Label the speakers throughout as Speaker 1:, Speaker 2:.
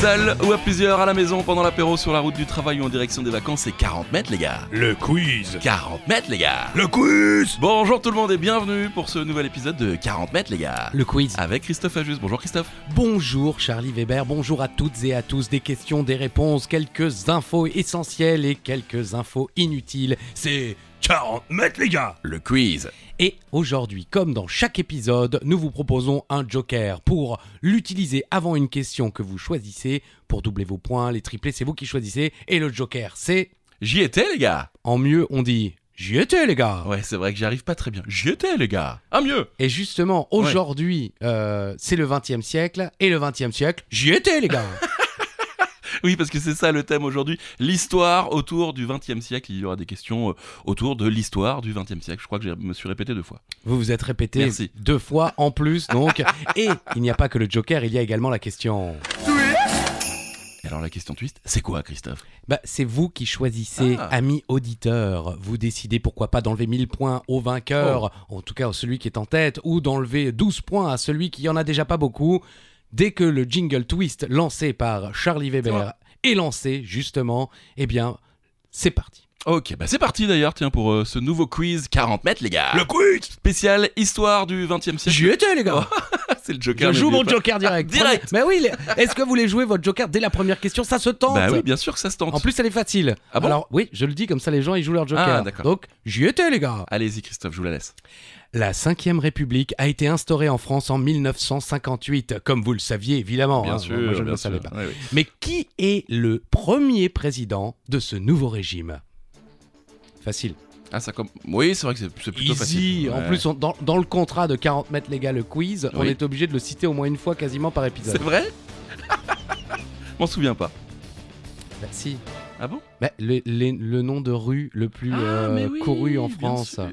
Speaker 1: Seul ou à plusieurs à la maison pendant l'apéro sur la route du travail ou en direction des vacances, c'est 40 mètres, les gars.
Speaker 2: Le quiz.
Speaker 1: 40 mètres, les gars.
Speaker 2: Le quiz.
Speaker 1: Bonjour tout le monde et bienvenue pour ce nouvel épisode de 40 mètres, les gars.
Speaker 3: Le quiz.
Speaker 1: Avec Christophe Ajus. Bonjour Christophe.
Speaker 3: Bonjour Charlie Weber, bonjour à toutes et à tous. Des questions, des réponses, quelques infos essentielles et quelques infos inutiles. C'est
Speaker 2: 40 mètres, les gars.
Speaker 1: Le quiz.
Speaker 3: Et aujourd'hui, comme dans chaque épisode, nous vous proposons un joker pour l'utiliser avant une question que vous choisissez. Pour doubler vos points, les tripler, c'est vous qui choisissez. Et le joker, c'est...
Speaker 1: J'y étais, les gars.
Speaker 3: En mieux, on dit... J'y étais les gars
Speaker 1: Ouais, c'est vrai que j'y arrive pas très bien. J'y étais, les gars. Ah mieux.
Speaker 3: Et justement, aujourd'hui, euh, c'est le 20e siècle, et le 20e siècle, j'y étais les gars
Speaker 1: Oui, parce que c'est ça le thème aujourd'hui. L'histoire autour du XXe siècle. Il y aura des questions euh, autour de l'histoire du XXe siècle. Je crois que je me suis répété deux fois.
Speaker 3: Vous vous êtes répété
Speaker 1: Merci.
Speaker 3: deux fois en plus, donc. Et il n'y a pas que le Joker, il y a également la question.
Speaker 1: Et alors la question twist, c'est quoi, Christophe
Speaker 3: Bah, c'est vous qui choisissez,
Speaker 1: Ah.
Speaker 3: amis auditeurs. Vous décidez pourquoi pas d'enlever 1000 points au vainqueur,
Speaker 1: Oh.
Speaker 3: en tout cas à celui qui est en tête, ou d'enlever 12 points à celui qui en a déjà pas beaucoup. Dès que le jingle twist lancé par Charlie
Speaker 1: vrai.
Speaker 3: Weber est lancé, justement, eh bien, c'est parti.
Speaker 1: Ok, bah c'est parti d'ailleurs, tiens, pour euh, ce nouveau quiz 40 mètres, les gars.
Speaker 2: Le quiz.
Speaker 1: spécial histoire du 20e siècle. Ah,
Speaker 3: J'y étais, les gars
Speaker 1: c'est le Joker.
Speaker 3: Je joue
Speaker 1: Oh, n'oubliez
Speaker 3: mon
Speaker 1: pas.
Speaker 3: joker direct.
Speaker 1: Direct.
Speaker 3: Mais oui, les- est-ce que vous voulez jouer votre joker dès la première question Ça se tente
Speaker 1: Bah oui, bien sûr que ça se tente.
Speaker 3: En plus, elle est facile.
Speaker 1: Ah bon
Speaker 3: Alors, oui, je le dis, comme ça, les gens, ils jouent leur joker.
Speaker 1: Ah, d'accord.
Speaker 3: Donc, j'y étais, les gars.
Speaker 1: Allez-y, Christophe, je vous la laisse.
Speaker 3: La Ve République a été instaurée en France en 1958, comme vous le saviez, évidemment.
Speaker 1: Bien
Speaker 3: hein.
Speaker 1: sûr,
Speaker 3: Moi, je ne
Speaker 1: bien
Speaker 3: le savais
Speaker 1: sûr.
Speaker 3: pas.
Speaker 1: Ouais, ouais.
Speaker 3: Mais qui est le premier président de ce nouveau régime Facile.
Speaker 1: Ah, ça comme. Oui, c'est vrai que c'est c'est plutôt
Speaker 3: Easy.
Speaker 1: facile.
Speaker 3: En
Speaker 1: Ouais.
Speaker 3: plus, on- dans, dans le contrat de 40 mètres, les gars, le quiz, on
Speaker 1: Oui.
Speaker 3: est obligé de le citer au moins une fois quasiment par épisode.
Speaker 1: c'est vrai M'en souviens pas.
Speaker 3: Bah, si.
Speaker 1: Ah bon
Speaker 3: Bah, le, les- le nom de rue le plus
Speaker 1: Ah,
Speaker 3: euh,
Speaker 1: mais oui,
Speaker 3: couru en
Speaker 1: bien
Speaker 3: France.
Speaker 1: sûr.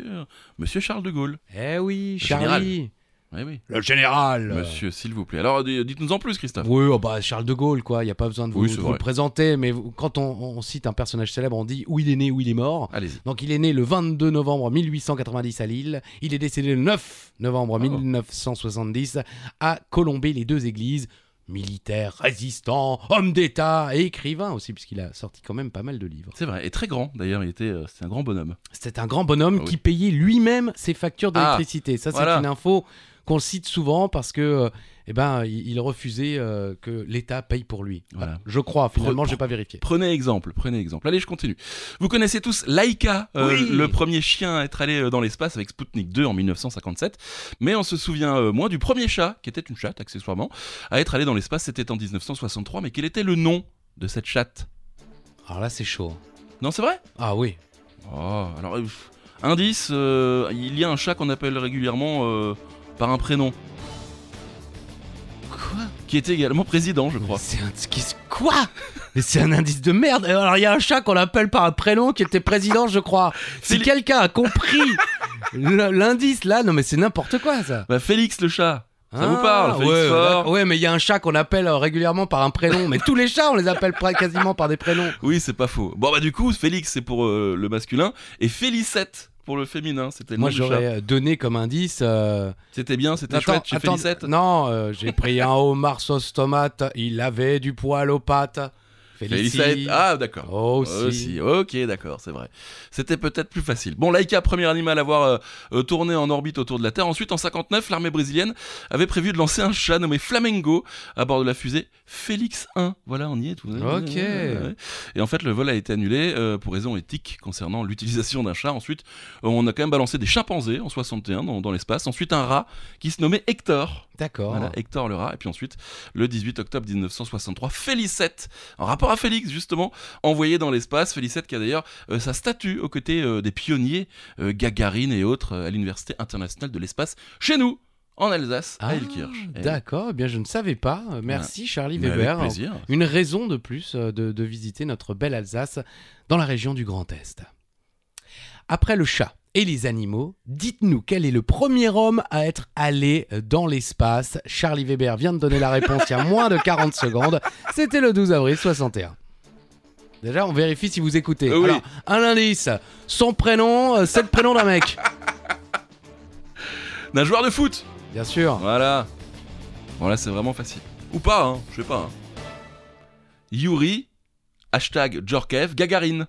Speaker 1: Monsieur Charles de Gaulle.
Speaker 3: Eh oui,
Speaker 1: général.
Speaker 3: Charlie.
Speaker 1: Oui, oui.
Speaker 3: Le général. euh,
Speaker 1: Monsieur, s'il vous plaît. Alors, d- dites-nous en plus, Christophe.
Speaker 3: Oui, oh bah Charles de Gaulle, quoi. Il n'y a pas besoin de vous,
Speaker 1: Oui, c'est
Speaker 3: de vous
Speaker 1: vrai.
Speaker 3: le présenter, mais vous- quand on, on cite un personnage célèbre, on dit où il est né, où il est mort.
Speaker 1: Allez-y.
Speaker 3: Donc il est né le 22 novembre 1890 à Lille. Il est décédé le 9 novembre
Speaker 1: Ah.
Speaker 3: 1970 à Colombey, les deux églises. Militaire, résistant, homme d'État et écrivain aussi, puisqu'il a sorti quand même pas mal de livres.
Speaker 1: C'est vrai. Et très grand, d'ailleurs. Il était, euh, c'est un grand bonhomme.
Speaker 3: C'est un grand bonhomme
Speaker 1: Ah oui.
Speaker 3: qui payait lui-même ses factures
Speaker 1: Ah,
Speaker 3: d'électricité. Ça, c'est
Speaker 1: voilà.
Speaker 3: une info qu'on cite souvent parce que, euh, eh ben, il il refusait euh, que l'État paye pour lui. Bah,
Speaker 1: Voilà.
Speaker 3: Je crois. Finalement,
Speaker 1: Pre-
Speaker 3: j'ai pas vérifié.
Speaker 1: Prenez exemple, prenez exemple. Allez, je continue. Vous connaissez tous Laika, euh,
Speaker 3: Oui.
Speaker 1: le premier chien à être allé euh, dans l'espace avec Sputnik 2 en 1957. Mais on se souvient euh, moins du premier chat, qui était une chatte accessoirement, à être allé dans l'espace, c'était en 1963. Mais quel était le nom de cette chatte
Speaker 3: Alors là, c'est chaud.
Speaker 1: Non, c'est vrai
Speaker 3: Ah oui.
Speaker 1: Oh, alors, euh, pff. indice, euh, il y a un chat qu'on appelle régulièrement euh, par un prénom,
Speaker 3: Quoi
Speaker 1: qui était également président, je crois.
Speaker 3: C'est un qu'est-ce- quoi Mais c'est un indice de merde. Alors il y a un chat qu'on l'appelle par un prénom qui était président, je crois. Si
Speaker 1: Félix-
Speaker 3: quelqu'un a compris le- l'indice là, non mais c'est n'importe quoi ça.
Speaker 1: Bah, Félix le chat Ça vous
Speaker 3: Ah,
Speaker 1: parle, Félix
Speaker 3: ouais,
Speaker 1: Faure
Speaker 3: ouais, mais il y a un chat qu'on appelle euh, régulièrement par un prénom. Mais tous les chats, on les appelle pra- quasiment par des prénoms.
Speaker 1: Oui, c'est pas faux. Bon, bah, du coup, Félix, c'est pour euh, le masculin, et Félicette pour le féminin. C'était le
Speaker 3: Moi,
Speaker 1: nom du chat.
Speaker 3: j'aurais donné comme indice. euh,
Speaker 1: C'était bien, c'était
Speaker 3: attends,
Speaker 1: chouette chez
Speaker 3: attends,
Speaker 1: Félicette.
Speaker 3: Non, euh, j'ai pris un homard sauce tomate. Il avait du poil aux pattes. Félicie.
Speaker 1: Félicette. Ah, d'accord.
Speaker 3: aussi.
Speaker 1: Euh, Ok, d'accord, c'est vrai. C'était peut-être plus facile. Bon, Laika, premier animal à avoir euh, euh, tourné en orbite autour de la Terre. Ensuite, en 59, l'armée brésilienne avait prévu de lancer un chat nommé Flamengo à bord de la fusée Félix 1. Voilà, on y est. Tout...
Speaker 3: Ok.
Speaker 1: Et en fait, le vol a été annulé euh, pour raison éthique concernant l'utilisation d'un chat. Ensuite, euh, on a quand même balancé des chimpanzés en 61 dans, dans l'espace. Ensuite, un rat qui se nommait Hector.
Speaker 3: D'accord.
Speaker 1: Voilà, Hector le rat. Et puis ensuite, le 18 octobre 1963, Félicette, en rapport à Félix justement, envoyé dans l'espace. Félicette qui a d'ailleurs euh, sa statue aux côtés euh, des pionniers euh, Gagarine et autres euh, à l'Université internationale de l'espace, chez nous, en Alsace, à
Speaker 3: Ah,
Speaker 1: Ilkirch. Eh,
Speaker 3: D'accord, eh bien je ne savais pas. Euh, Merci Charlie
Speaker 1: mais
Speaker 3: Weber. hein.
Speaker 1: Avec plaisir.
Speaker 3: Une raison de plus euh, de, de visiter notre belle Alsace dans la région du Grand Est. Après le chat et les animaux, dites-nous quel est le premier homme à être allé euh, dans l'espace. Charlie Weber vient de donner la réponse il y a moins de 40 secondes. C'était le 12 avril 61. Déjà, on vérifie si vous écoutez.
Speaker 1: Euh, oui.
Speaker 3: Alors, un indice son prénom, euh, c'est le prénom d'un mec.
Speaker 1: D'un joueur de foot
Speaker 3: Bien sûr.
Speaker 1: Voilà. Bon, là, c'est vraiment facile. Ou pas, hein, je sais pas. hein. Yuri, hashtag Djorkaeff, Gagarine.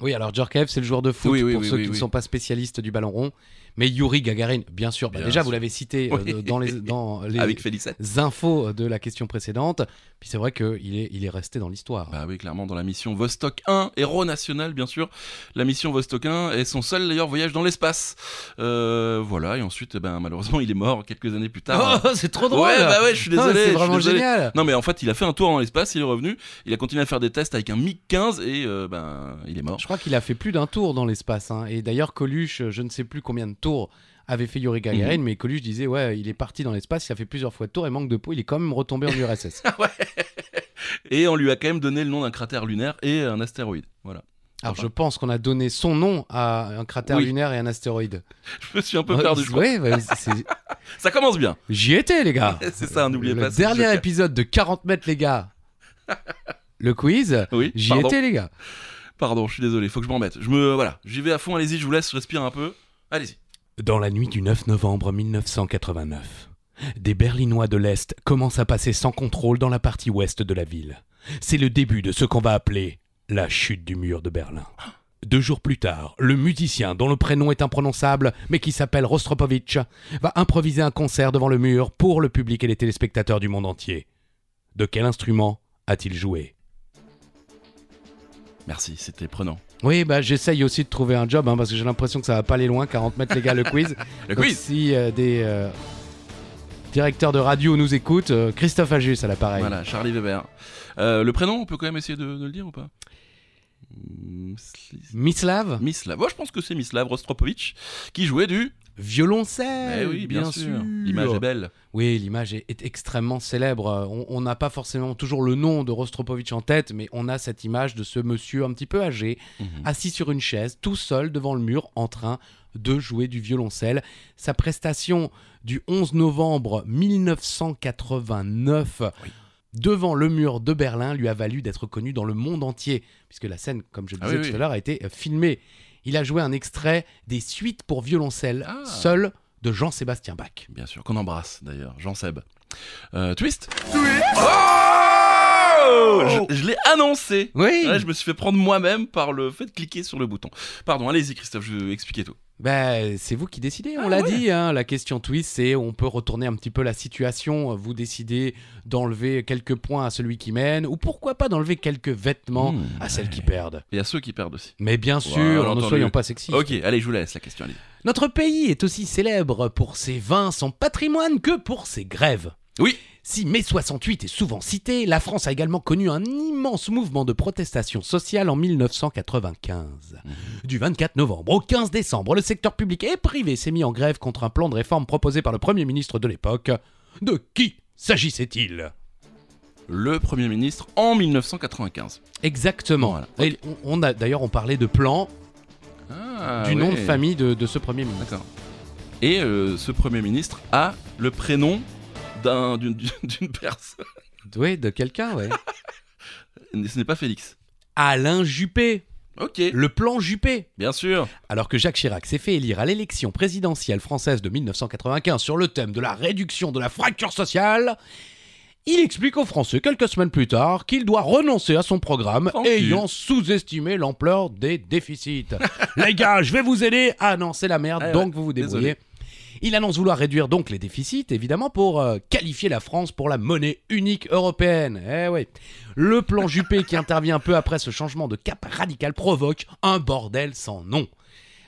Speaker 3: Oui, alors Djorkaeff, c'est le joueur de foot
Speaker 1: Oui, oui,
Speaker 3: pour
Speaker 1: oui,
Speaker 3: ceux
Speaker 1: oui,
Speaker 3: qui ne
Speaker 1: oui.
Speaker 3: sont pas spécialistes du ballon rond. Mais Yuri Gagarin, bien sûr. Bah,
Speaker 1: Bien
Speaker 3: déjà,
Speaker 1: sûr.
Speaker 3: vous l'avez cité euh,
Speaker 1: Oui.
Speaker 3: dans les, dans les
Speaker 1: Avec Félicette.
Speaker 3: infos de la question précédente. Puis c'est vrai qu'il est, il est resté dans l'histoire.
Speaker 1: Bah oui, clairement, dans la mission Vostok 1, héros national, bien sûr. La mission Vostok 1 est son seul, d'ailleurs, voyage dans l'espace. Euh, voilà, et ensuite, eh ben, malheureusement, il est mort quelques années plus tard.
Speaker 3: Oh, c'est trop drôle
Speaker 1: Ouais, bah ouais, je suis
Speaker 3: Non,
Speaker 1: désolé.
Speaker 3: mais
Speaker 1: je
Speaker 3: C'est
Speaker 1: suis
Speaker 3: vraiment
Speaker 1: désolé.
Speaker 3: génial
Speaker 1: Non mais en fait il a fait un tour dans l'espace, il est revenu, il a continué à faire des tests avec un MiG-15 et euh, ben il est mort.
Speaker 3: Je crois qu'il a fait plus d'un tour dans l'espace. hein. Et d'ailleurs, Coluche, euh, je ne sais plus combien de tours avait fait Yuri
Speaker 1: Mhm.
Speaker 3: Gagarin, mais Coluche disait Ouais, il est parti dans l'espace, il a fait plusieurs fois de tours et manque de peau, il est quand même retombé en URSS.
Speaker 1: Et on lui a quand même donné le nom d'un cratère lunaire et un astéroïde. Voilà.
Speaker 3: Alors, je pense qu'on a donné son nom à un cratère
Speaker 1: Oui.
Speaker 3: lunaire et un astéroïde.
Speaker 1: Je me suis un peu
Speaker 3: Ouais,
Speaker 1: perdu. je crois.
Speaker 3: ouais, ouais, c'est-
Speaker 1: Ça commence bien.
Speaker 3: J'y étais, les gars
Speaker 1: C'est ça, n'oubliez
Speaker 3: Ah. Le
Speaker 1: pas. c'est
Speaker 3: dernier
Speaker 1: Joker.
Speaker 3: épisode de 40 mètres, les gars Le quiz
Speaker 1: Oui,
Speaker 3: J'y
Speaker 1: pardon.
Speaker 3: étais, les gars
Speaker 1: Pardon, je suis désolé, faut que je m'en mette. Je me voilà, j'y vais à fond, allez-y, je vous laisse, je respire un peu. Allez-y.
Speaker 3: Dans la nuit du 9 novembre 1989, des Berlinois de l'Est commencent à passer sans contrôle dans la partie ouest de la ville. C'est le début de ce qu'on va appeler la chute du mur de Berlin. Deux jours plus tard, le musicien dont le prénom est imprononçable mais qui s'appelle Rostropovitch va improviser un concert devant le mur pour le public et les téléspectateurs du monde entier. De quel instrument a-t-il joué
Speaker 1: Merci, c'était prenant.
Speaker 3: Oui, bah j'essaye aussi de trouver un job hein, parce que j'ai l'impression que ça va pas aller loin. 40 mètres, les gars, le quiz.
Speaker 1: Le
Speaker 3: Donc,
Speaker 1: quiz.
Speaker 3: Si euh, des euh, directeurs de radio nous écoutent, euh, Christophe Agius à l'appareil.
Speaker 1: Voilà, Charlie Weber. Euh, le prénom, on peut quand même essayer de, de le dire ou pas Mm, Sli-
Speaker 3: Mislav,
Speaker 1: Mislav. Moi, je pense que c'est Mislav Rostropovitch qui jouait du.
Speaker 3: violoncelle.
Speaker 1: Eh oui, bien, sûr. L'image est belle.
Speaker 3: Oui, l'image est, est extrêmement célèbre. Euh, on- On n'a pas forcément toujours le nom de Rostropovitch en tête, mais on a cette image de ce monsieur un petit peu âgé,
Speaker 1: Mhm.
Speaker 3: assis sur une chaise, tout seul devant le mur, en train de jouer du violoncelle. Sa prestation du 11 novembre 1989
Speaker 1: Oui.
Speaker 3: devant le mur de Berlin lui a valu d'être connu dans le monde entier, puisque la scène, comme je le
Speaker 1: Ah
Speaker 3: disais
Speaker 1: oui,
Speaker 3: tout
Speaker 1: oui.
Speaker 3: à l'heure, a été euh, filmée. Il a joué un extrait des suites pour violoncelle
Speaker 1: Ah.
Speaker 3: seul de Jean-Sébastien Bach.
Speaker 1: Bien sûr, qu'on embrasse d'ailleurs, Jean Seb. Euh, twist Je, je l'ai annoncé
Speaker 3: Oh. Oui,
Speaker 1: Ouais, Je me suis fait prendre moi-même par le fait de cliquer sur le bouton. Pardon, allez-y Christophe, je vais expliquer tout.
Speaker 3: Ben, c'est vous qui décidez, on
Speaker 1: Ah
Speaker 3: l'a
Speaker 1: ouais.
Speaker 3: dit. hein. La question twist, c'est on peut retourner un petit peu la situation. Vous décidez d'enlever quelques points à celui qui mène, ou pourquoi pas d'enlever quelques vêtements
Speaker 1: Mmh.
Speaker 3: à celles qui perdent.
Speaker 1: Et à ceux qui perdent aussi.
Speaker 3: Mais bien
Speaker 1: Voilà,
Speaker 3: sûr, ne
Speaker 1: entendu.
Speaker 3: soyons pas sexistes.
Speaker 1: Ok, allez, je vous laisse la question. allez.
Speaker 3: Notre pays est aussi célèbre pour ses vins, son patrimoine, que pour ses grèves.
Speaker 1: Oui.
Speaker 3: Si mai 68 est souvent cité, la France a également connu un immense mouvement de protestation sociale en 1995. Du 24 novembre au 15 décembre, le secteur public et privé s'est mis en grève contre un plan de réforme proposé par le Premier ministre de l'époque. De qui s'agissait-il
Speaker 1: Le Premier ministre en 1995.
Speaker 3: Exactement.
Speaker 1: Voilà.
Speaker 3: Et on, on a d'ailleurs on parlait de plan
Speaker 1: Ah,
Speaker 3: du nom de
Speaker 1: ouais.
Speaker 3: famille de, de ce Premier ministre.
Speaker 1: D'accord. Et euh, ce Premier ministre a le prénom d'un- d'une d'une personne.
Speaker 3: Oui, de quelqu'un, ouais.
Speaker 1: Ce n'est pas Félix.
Speaker 3: Alain Juppé,
Speaker 1: Ok,
Speaker 3: le plan Juppé.
Speaker 1: bien sûr.
Speaker 3: Alors que Jacques Chirac s'est fait élire à l'élection présidentielle française de 1995 sur le thème de la réduction de la fracture sociale, il explique aux Français quelques semaines plus tard qu'il doit renoncer à son programme
Speaker 1: Tranquille.
Speaker 3: ayant sous-estimé l'ampleur des déficits. les gars, je vais vous aider. Ah non, c'est la merde,
Speaker 1: Eh
Speaker 3: donc vous vous débrouillez.
Speaker 1: désolé.
Speaker 3: Il annonce vouloir réduire donc les déficits, évidemment, pour euh, qualifier la France pour la monnaie unique européenne. Eh oui. Le plan Juppé qui intervient peu après ce changement de cap radical provoque un bordel sans nom.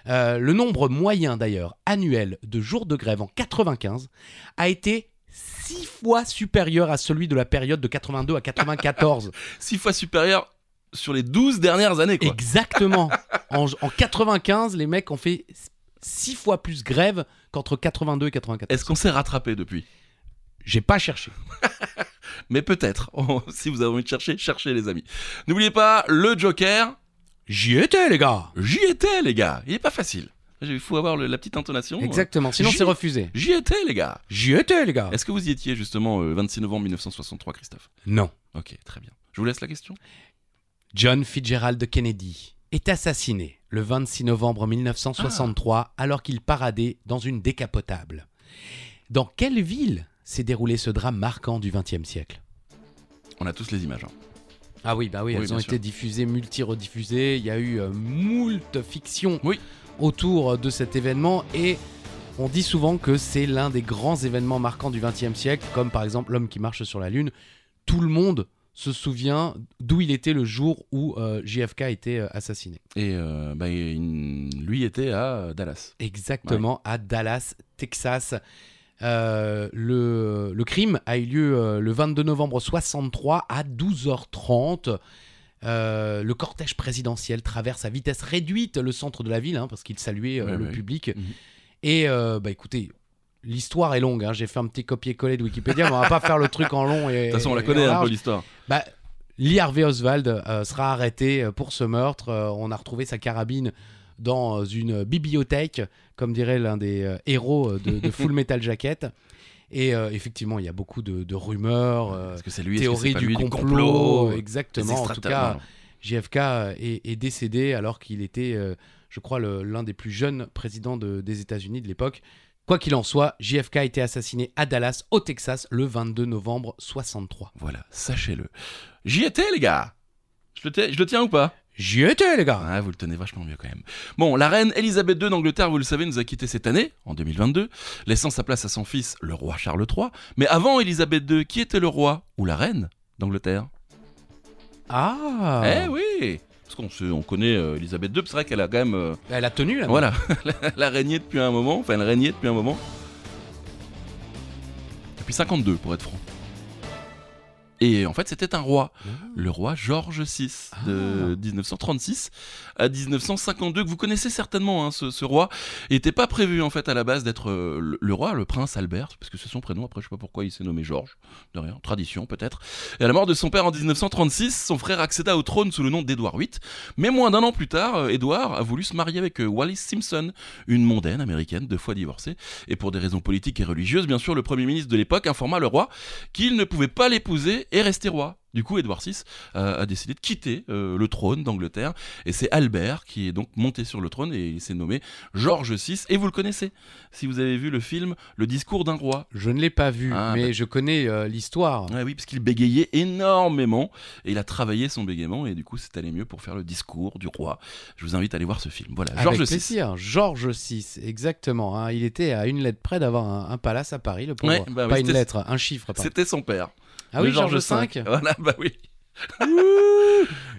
Speaker 3: Euh, le nombre moyen d'ailleurs annuel de jours de grève en 95 a été six fois supérieur à celui de la période de 82 à 94.
Speaker 1: Six fois supérieur sur les 12 dernières années, quoi.
Speaker 3: Exactement. En, en 95, les mecs ont fait six fois plus grève qu'entre 82 et 94.
Speaker 1: Est-ce qu'on s'est rattrapé depuis
Speaker 3: J'ai pas cherché.
Speaker 1: Mais peut-être. Oh, si vous avez envie de chercher, cherchez les amis. N'oubliez pas, le Joker,
Speaker 3: J'y étais, E les gars.
Speaker 1: j'y étais les gars. Il est pas facile. Il faut avoir le- la petite intonation.
Speaker 3: Exactement. Sinon,
Speaker 1: J'y-
Speaker 3: c'est refusé.
Speaker 1: J'y étais les gars.
Speaker 3: J'y étais, E les gars.
Speaker 1: Est-ce que vous y étiez justement euh, 26 novembre 1963, Christophe
Speaker 3: Non.
Speaker 1: Ok, très bien. Je vous laisse la question.
Speaker 3: John Fitzgerald Kennedy est assassiné le 26 novembre 1963 alors qu'il paradait dans une décapotable. Dans quelle ville s'est déroulé ce drame marquant du XXe siècle
Speaker 1: On a tous les images. hein.
Speaker 3: Ah oui, bah oui,
Speaker 1: Oui,
Speaker 3: elles
Speaker 1: bien
Speaker 3: ont
Speaker 1: sûr.
Speaker 3: été diffusées, multi-rediffusées. Il y a eu euh, moult fictions
Speaker 1: Oui.
Speaker 3: autour de cet événement et on dit souvent que c'est l'un des grands événements marquants du XXe siècle, comme par exemple l'homme qui marche sur la Lune. Tout le monde se souvient d'où il était le jour où euh, JFK a été euh, assassiné.
Speaker 1: Et euh, bah, il- lui était à Dallas.
Speaker 3: Exactement, à Dallas, Texas. Euh, le, le crime a eu lieu euh, le 22 novembre 63 à 12h30. Euh, le cortège présidentiel traverse à vitesse réduite le centre de la ville, hein, parce qu'il saluait euh,
Speaker 1: Ouais,
Speaker 3: le
Speaker 1: ouais.
Speaker 3: public.
Speaker 1: Mhm.
Speaker 3: Et euh, bah écoutez, l'histoire est longue. hein. J'ai fait un petit copier-coller de Wikipédia, mais on va pas faire le truc en long. Et,
Speaker 1: De toute façon, on la
Speaker 3: et
Speaker 1: connaît
Speaker 3: en
Speaker 1: un peu
Speaker 3: large.
Speaker 1: l'histoire.
Speaker 3: Bah, Lee Harvey Oswald euh, sera arrêté euh, pour ce meurtre. Euh, on a retrouvé sa carabine dans euh, une bibliothèque, comme dirait l'un des euh, héros euh, de, de Full Metal Jacket. Et euh, effectivement, il y a beaucoup de, de rumeurs, euh,
Speaker 1: Est-ce que c'est lui Est-ce que c'est
Speaker 3: théories
Speaker 1: pas
Speaker 3: du
Speaker 1: lui, des
Speaker 3: complot.
Speaker 1: complots, des
Speaker 3: exactement. En tout
Speaker 1: extraterrestres
Speaker 3: cas,
Speaker 1: Non,
Speaker 3: JFK euh, est, est décédé alors qu'il était, euh, je crois, le- l'un des plus jeunes présidents de- des États-Unis de l'époque. Quoi qu'il en soit, JFK a été assassiné à Dallas, au Texas, le 22 novembre 63.
Speaker 1: Voilà, sachez-le. J'y étais, les gars je le, tiens- je le tiens ou pas
Speaker 3: J'y étais, les gars
Speaker 1: Ah, vous le tenez vachement mieux quand même. Bon, la reine Elisabeth II d'Angleterre, vous le savez, nous a quittés cette année, en 2022, laissant sa place à son fils, le roi Charles III. Mais avant Elisabeth II, qui était le roi ou la reine d'Angleterre
Speaker 3: Ah
Speaker 1: Eh oui Parce qu'on se- on connaît euh, Elisabeth II, c'est vrai qu'elle a quand même... euh,
Speaker 3: Elle a tenu là.
Speaker 1: voilà, elle a régné depuis un moment, enfin elle régnait depuis un moment. Depuis 52, pour être franc. Et en fait, c'était un roi, le roi Georges VI de 1936 à 1952, que vous connaissez certainement, hein, ce, ce roi. Il n'était pas prévu en fait à la base d'être euh, le, le roi, le prince Albert, parce que c'est son prénom, après je sais pas pourquoi il s'est nommé Georges, de rien, tradition peut-être. Et à la mort de son père en 1936, son frère accéda au trône sous le nom d'Édouard VIII, mais moins d'un an plus tard, euh, Edward a voulu se marier avec euh, Wallis Simpson, une mondaine américaine deux fois divorcée. Et pour des raisons politiques et religieuses, bien sûr, le premier ministre de l'époque informa le roi qu'il ne pouvait pas l'épouser et rester roi. Du coup, Edward VI euh, a décidé de quitter euh, le trône d'Angleterre. Et c'est Albert qui est donc monté sur le trône et il s'est nommé George VI. Et vous le connaissez, si vous avez vu le film Le discours d'un roi.
Speaker 3: Je ne l'ai pas vu,
Speaker 1: Ah,
Speaker 3: mais je connais euh, l'histoire.
Speaker 1: Ouais, oui, parce qu'il bégayait énormément et il a travaillé son bégaiement et du coup c'est allé mieux pour faire le discours du roi. Je vous invite à aller voir ce film. Voilà,
Speaker 3: Avec
Speaker 1: Georges VI.
Speaker 3: plaisir. Georges VI, exactement. hein. Il était à une lettre près d'avoir un, un palace à Paris, le pauvre.
Speaker 1: Ouais, bah oui,
Speaker 3: pas une
Speaker 1: c'était-
Speaker 3: lettre, un chiffre. pardon.
Speaker 1: C'était son père.
Speaker 3: Ah
Speaker 1: Le
Speaker 3: oui, Georges V.
Speaker 1: Voilà, bah oui.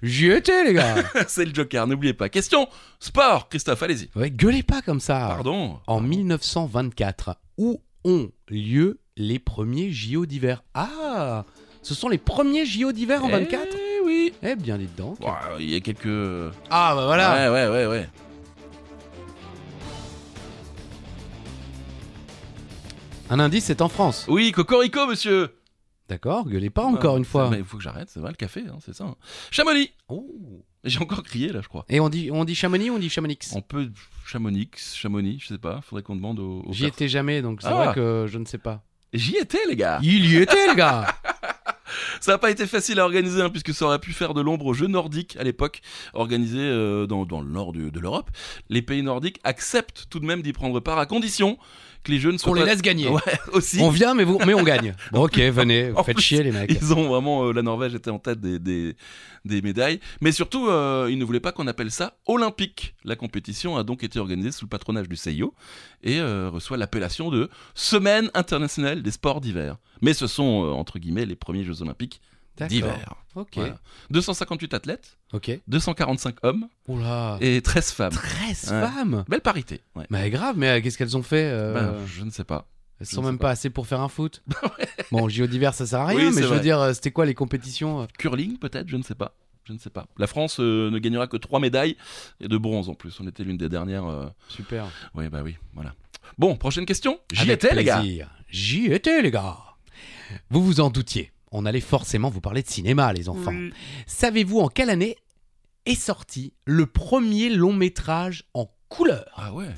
Speaker 3: J'y étais, les gars.
Speaker 1: C'est le Joker, n'oubliez pas. Question sport, Christophe, allez-y.
Speaker 3: ouais, gueulez pas comme ça.
Speaker 1: Pardon.
Speaker 3: Ah. En 1924, où ont lieu les premiers JO d'hiver Ah, ce sont les premiers JO d'hiver en 24
Speaker 1: Eh oui.
Speaker 3: Eh bien, dites donc.
Speaker 1: Bon, il y a quelques.
Speaker 3: Ah, bah voilà.
Speaker 1: Ouais, ouais, ouais, ouais.
Speaker 3: Un indice, c'est en France.
Speaker 1: Oui, Cocorico, monsieur.
Speaker 3: D'accord, gueulez pas encore
Speaker 1: Ah,
Speaker 3: une fois.
Speaker 1: ça, mais Il faut que j'arrête, c'est vrai, le café, hein, c'est ça. hein. Chamonix.
Speaker 3: Oh.
Speaker 1: J'ai encore crié, là, je crois.
Speaker 3: Et on dit, on dit Chamonix ou on dit Chamonix
Speaker 1: On peut. Chamonix, Chamonix, je sais pas. Faudrait qu'on demande au. au
Speaker 3: J'y étais jamais, donc c'est
Speaker 1: Ah.
Speaker 3: vrai que je ne sais pas.
Speaker 1: J'y étais, les gars.
Speaker 3: Il y était, les gars
Speaker 1: Ça n'a pas été facile à organiser, hein, puisque ça aurait pu faire de l'ombre aux Jeux nordiques à l'époque, organisés euh, dans, dans le nord du- de l'Europe. Les pays nordiques acceptent tout de même d'y prendre part, à condition que les Jeux ne soient
Speaker 3: Qu'on les
Speaker 1: pas...
Speaker 3: laisse gagner.
Speaker 1: Ouais, aussi.
Speaker 3: On vient, mais, vous, mais on gagne. Bon, ok, venez, vous
Speaker 1: En
Speaker 3: faites
Speaker 1: plus,
Speaker 3: chier, les mecs.
Speaker 1: Ils ont vraiment... euh, la Norvège était en tête des, des, des médailles. Mais surtout, euh, ils ne voulaient pas qu'on appelle ça olympique. La compétition a donc été organisée sous le patronage du CIO et euh, reçoit l'appellation de Semaine internationale des sports d'hiver. Mais ce sont, euh, entre guillemets, les premiers Jeux olympiques
Speaker 3: D'accord.
Speaker 1: d'hiver.
Speaker 3: Ok.
Speaker 1: Voilà. 258 athlètes,
Speaker 3: Ok.
Speaker 1: 245 hommes
Speaker 3: Oula.
Speaker 1: et 13 femmes.
Speaker 3: 13
Speaker 1: Ouais.
Speaker 3: femmes
Speaker 1: Belle parité. ouais.
Speaker 3: Mais grave, mais euh, qu'est-ce qu'elles ont fait euh,
Speaker 1: Ben, je ne sais pas.
Speaker 3: Elles
Speaker 1: je
Speaker 3: sont
Speaker 1: sais
Speaker 3: même
Speaker 1: pas.
Speaker 3: pas. assez pour faire un foot Bon, JO d'hiver, ça sert à
Speaker 1: Oui,
Speaker 3: rien, mais
Speaker 1: c'est
Speaker 3: je veux
Speaker 1: vrai.
Speaker 3: dire, euh, c'était quoi les compétitions euh
Speaker 1: Curling peut-être, je ne sais pas. Je ne sais pas. La France euh, ne gagnera que 3 médailles et de bronze en plus. On était l'une des dernières. euh,
Speaker 3: Super.
Speaker 1: Oui, bah oui, voilà. Bon, prochaine question. J'y
Speaker 3: Avec
Speaker 1: étais, les gars.
Speaker 3: plaisir. J'y étais, les gars. Vous vous en doutiez. On allait forcément vous parler de cinéma, les enfants. Savez-vous en quelle année est sorti le premier long métrage en couleur
Speaker 1: Ah ouais.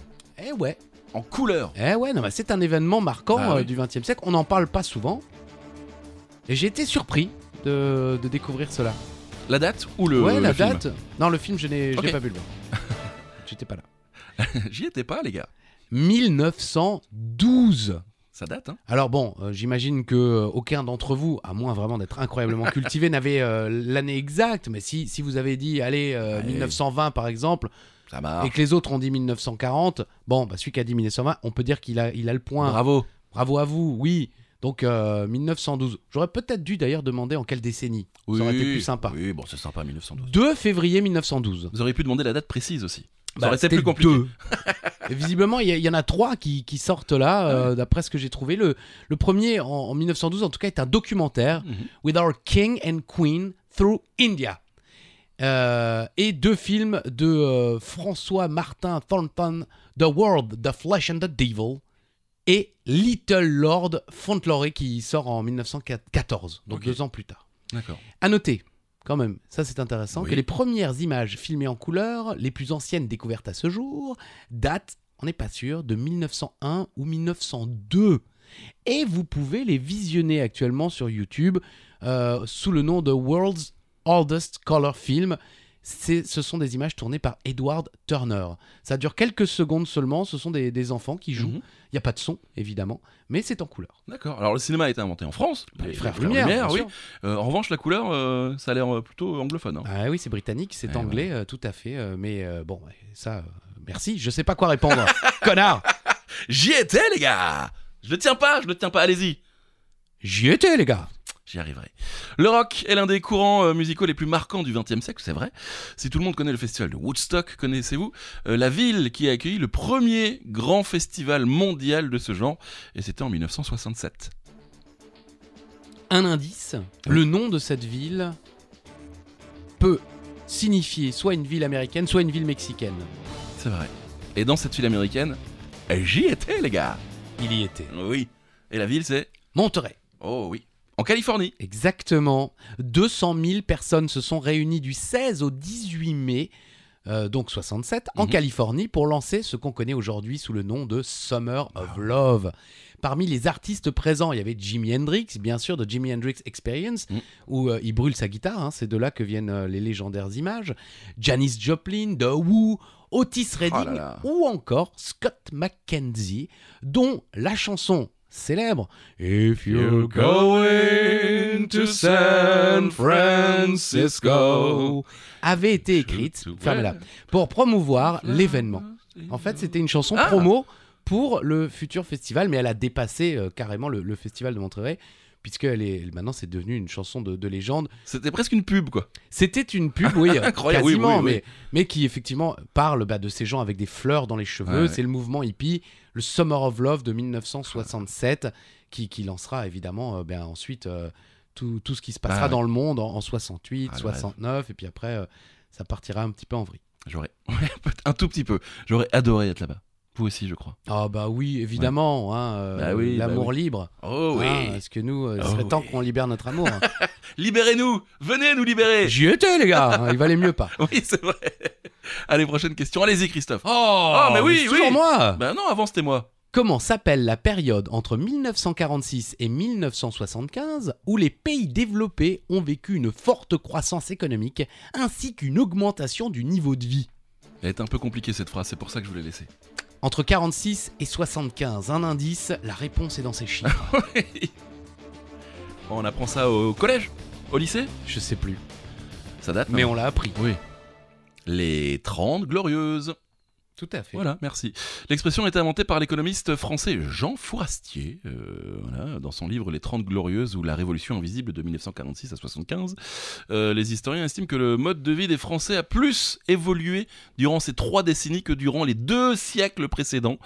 Speaker 3: Eh ouais,
Speaker 1: En couleur.
Speaker 3: eh ouais, non, mais c'est un événement marquant
Speaker 1: Ah
Speaker 3: euh,
Speaker 1: oui.
Speaker 3: du XXe siècle. On n'en parle pas souvent. Et j'ai été surpris de, de découvrir cela.
Speaker 1: La date ou le,
Speaker 3: ouais,
Speaker 1: Euh, le
Speaker 3: la
Speaker 1: film
Speaker 3: date. Non, le film, je n'ai je
Speaker 1: Ok.
Speaker 3: n'ai pas vu le voir. J'étais pas là.
Speaker 1: J'y étais pas, les gars.
Speaker 3: 1912.
Speaker 1: Ça date, hein
Speaker 3: Alors bon, euh, j'imagine que euh, aucun d'entre vous, à moins vraiment d'être incroyablement cultivé, n'avait euh, l'année exacte. Mais si, si vous avez dit, allez, euh,
Speaker 1: Allez.
Speaker 3: 1920 par exemple,
Speaker 1: Ça marche.
Speaker 3: et que les autres ont dit 1940, bon, bah, celui qui a dit 1920, on peut dire qu'il a, il a le point.
Speaker 1: Bravo.
Speaker 3: Bravo à vous, oui. Donc euh, 1912. J'aurais peut-être dû d'ailleurs demander en quelle décennie.
Speaker 1: Oui,
Speaker 3: Ça aurait été plus sympa.
Speaker 1: Oui, bon, c'est sympa, 1912.
Speaker 3: 2 février 1912.
Speaker 1: Vous auriez pu demander la date précise aussi. Ça
Speaker 3: Bah,
Speaker 1: aurait été
Speaker 3: c'était
Speaker 1: plus compliqué.
Speaker 3: deux. Et visiblement, il y, a- il y en a trois qui, qui sortent là, euh,
Speaker 1: Ah
Speaker 3: d'après ce que j'ai trouvé. Le, le premier, en, en 1912, en tout cas, est un documentaire,
Speaker 1: Mhm.
Speaker 3: With Our King and Queen Through India. Euh, et deux films de euh, François Martin Thornton, The World, The Flesh and the Devil, et Little Lord Fauntleroy, qui sort en 1914, donc
Speaker 1: Ok.
Speaker 3: deux ans plus tard.
Speaker 1: D'accord.
Speaker 3: À noter, quand même, ça c'est intéressant,
Speaker 1: Oui.
Speaker 3: que les premières images filmées en couleur, les plus anciennes découvertes à ce jour, datent, on n'est pas sûr, de 1901 ou 1902. Et vous pouvez les visionner actuellement sur YouTube euh, sous le nom de World's Oldest Color Film. C'est- Ce sont des images tournées par Edward Turner. Ça dure quelques secondes seulement. Ce sont des, des enfants qui jouent. Il
Speaker 1: Mhm.
Speaker 3: n'y a pas de son, évidemment, mais c'est en couleur.
Speaker 1: D'accord. Alors, le cinéma a été inventé en France.
Speaker 3: Les frères Bah, Lumière, bien
Speaker 1: oui.
Speaker 3: sûr.
Speaker 1: Euh, en revanche, la couleur, euh, ça a l'air euh, plutôt anglophone. hein.
Speaker 3: Ah oui, c'est britannique, c'est
Speaker 1: Eh
Speaker 3: anglais, euh, tout à fait. euh, mais euh, bon, ouais, ça, euh, merci. Je sais pas quoi répondre. Connard
Speaker 1: J'y étais, les gars Je le tiens pas, je le tiens pas, allez-y
Speaker 3: J'y étais, les gars
Speaker 1: J'y arriverai. Le rock est l'un des courants euh, musicaux les plus marquants du XXe siècle, c'est vrai. Si tout le monde connaît le festival de Woodstock, connaissez-vous euh, la ville qui a accueilli le premier grand festival mondial de ce genre Et c'était en 1967.
Speaker 3: Un indice le nom de cette ville peut signifier soit une ville américaine, soit une ville mexicaine.
Speaker 1: C'est vrai. Et dans cette ville américaine, euh, j'y étais, les gars
Speaker 3: Il y était.
Speaker 1: Oui. Et la ville, c'est
Speaker 3: Monterey.
Speaker 1: Oh oui. En Californie.
Speaker 3: Exactement. 200 000 personnes se sont réunies du 16 au 18 mai, euh, donc 67, en
Speaker 1: Mhm.
Speaker 3: Californie pour lancer ce qu'on connaît aujourd'hui sous le nom de Summer
Speaker 1: Ah
Speaker 3: of Love. Parmi les artistes présents, il y avait Jimi Hendrix, bien sûr, de Jimi Hendrix Experience,
Speaker 1: Mhm.
Speaker 3: où euh, il brûle sa guitare, hein, c'est de là que viennent euh, les légendaires images. Janis Joplin, The Who, Otis Redding,
Speaker 1: Oh là là.
Speaker 3: ou encore Scott McKenzie, dont la chanson célèbre If you're going to San Francisco avait été écrite fermez-la, pour promouvoir l'événement. En fait, c'était une chanson
Speaker 1: Ah.
Speaker 3: promo pour le futur festival, mais elle a dépassé euh, carrément le, le festival de Monterey, puisque elle est, maintenant c'est devenu une chanson de, de légende.
Speaker 1: C'était presque une pub, quoi.
Speaker 3: C'était une pub, oui, euh,
Speaker 1: Incroyable, oui,
Speaker 3: quasiment,
Speaker 1: oui, oui.
Speaker 3: Mais, mais qui effectivement parle bah, de ces gens avec des fleurs dans les cheveux.
Speaker 1: Ouais,
Speaker 3: C'est le mouvement hippie, le Summer of Love de 1967, qui, qui lancera évidemment euh, ben, ensuite euh, tout, tout ce qui se passera
Speaker 1: Ah, ouais.
Speaker 3: dans le monde en, en 68,
Speaker 1: Ah, le
Speaker 3: 69, et puis après euh, ça partira un petit peu en vrille.
Speaker 1: J'aurais. Ouais, peut-être un tout petit peu. J'aurais adoré être là-bas. Vous aussi, je crois.
Speaker 3: Ah bah oui, évidemment, hein, euh,
Speaker 1: Bah oui, bah
Speaker 3: l'amour
Speaker 1: oui.
Speaker 3: libre.
Speaker 1: Oh
Speaker 3: Hein, parce que nous, euh, il
Speaker 1: Oh
Speaker 3: serait temps
Speaker 1: oui.
Speaker 3: qu'on libère notre amour. hein.
Speaker 1: Libérez-nous Venez nous libérer
Speaker 3: J'y étais les gars, hein, il valait mieux pas.
Speaker 1: Oui, c'est vrai. Allez, prochaine question. Allez-y, Christophe. Ah,
Speaker 3: Oh,
Speaker 1: mais oui,
Speaker 3: c'est
Speaker 1: oui.
Speaker 3: toujours moi.
Speaker 1: Ben non, avant, c'était moi.
Speaker 3: Comment s'appelle la période entre 1946 et 1975 où les pays développés ont vécu une forte croissance économique ainsi qu'une augmentation du niveau de vie
Speaker 1: Elle est un peu compliquée, cette phrase. C'est pour ça que je vous l'ai laissée.
Speaker 3: Entre 46 et 75, un indice, la réponse est dans ces chiffres.
Speaker 1: On apprend ça au collège Au lycée
Speaker 3: Je sais plus,
Speaker 1: Ça date
Speaker 3: mais
Speaker 1: non
Speaker 3: on l'a appris.
Speaker 1: Oui. Les 30 glorieuses.
Speaker 3: Tout à fait.
Speaker 1: Voilà, merci. L'expression est inventée par l'économiste français Jean Fourastier, euh, voilà, dans son livre Les Trente Glorieuses ou La Révolution Invisible de 1946 à 75. Euh, les historiens estiment que le mode de vie des Français a plus évolué durant ces trois décennies que durant les deux siècles précédents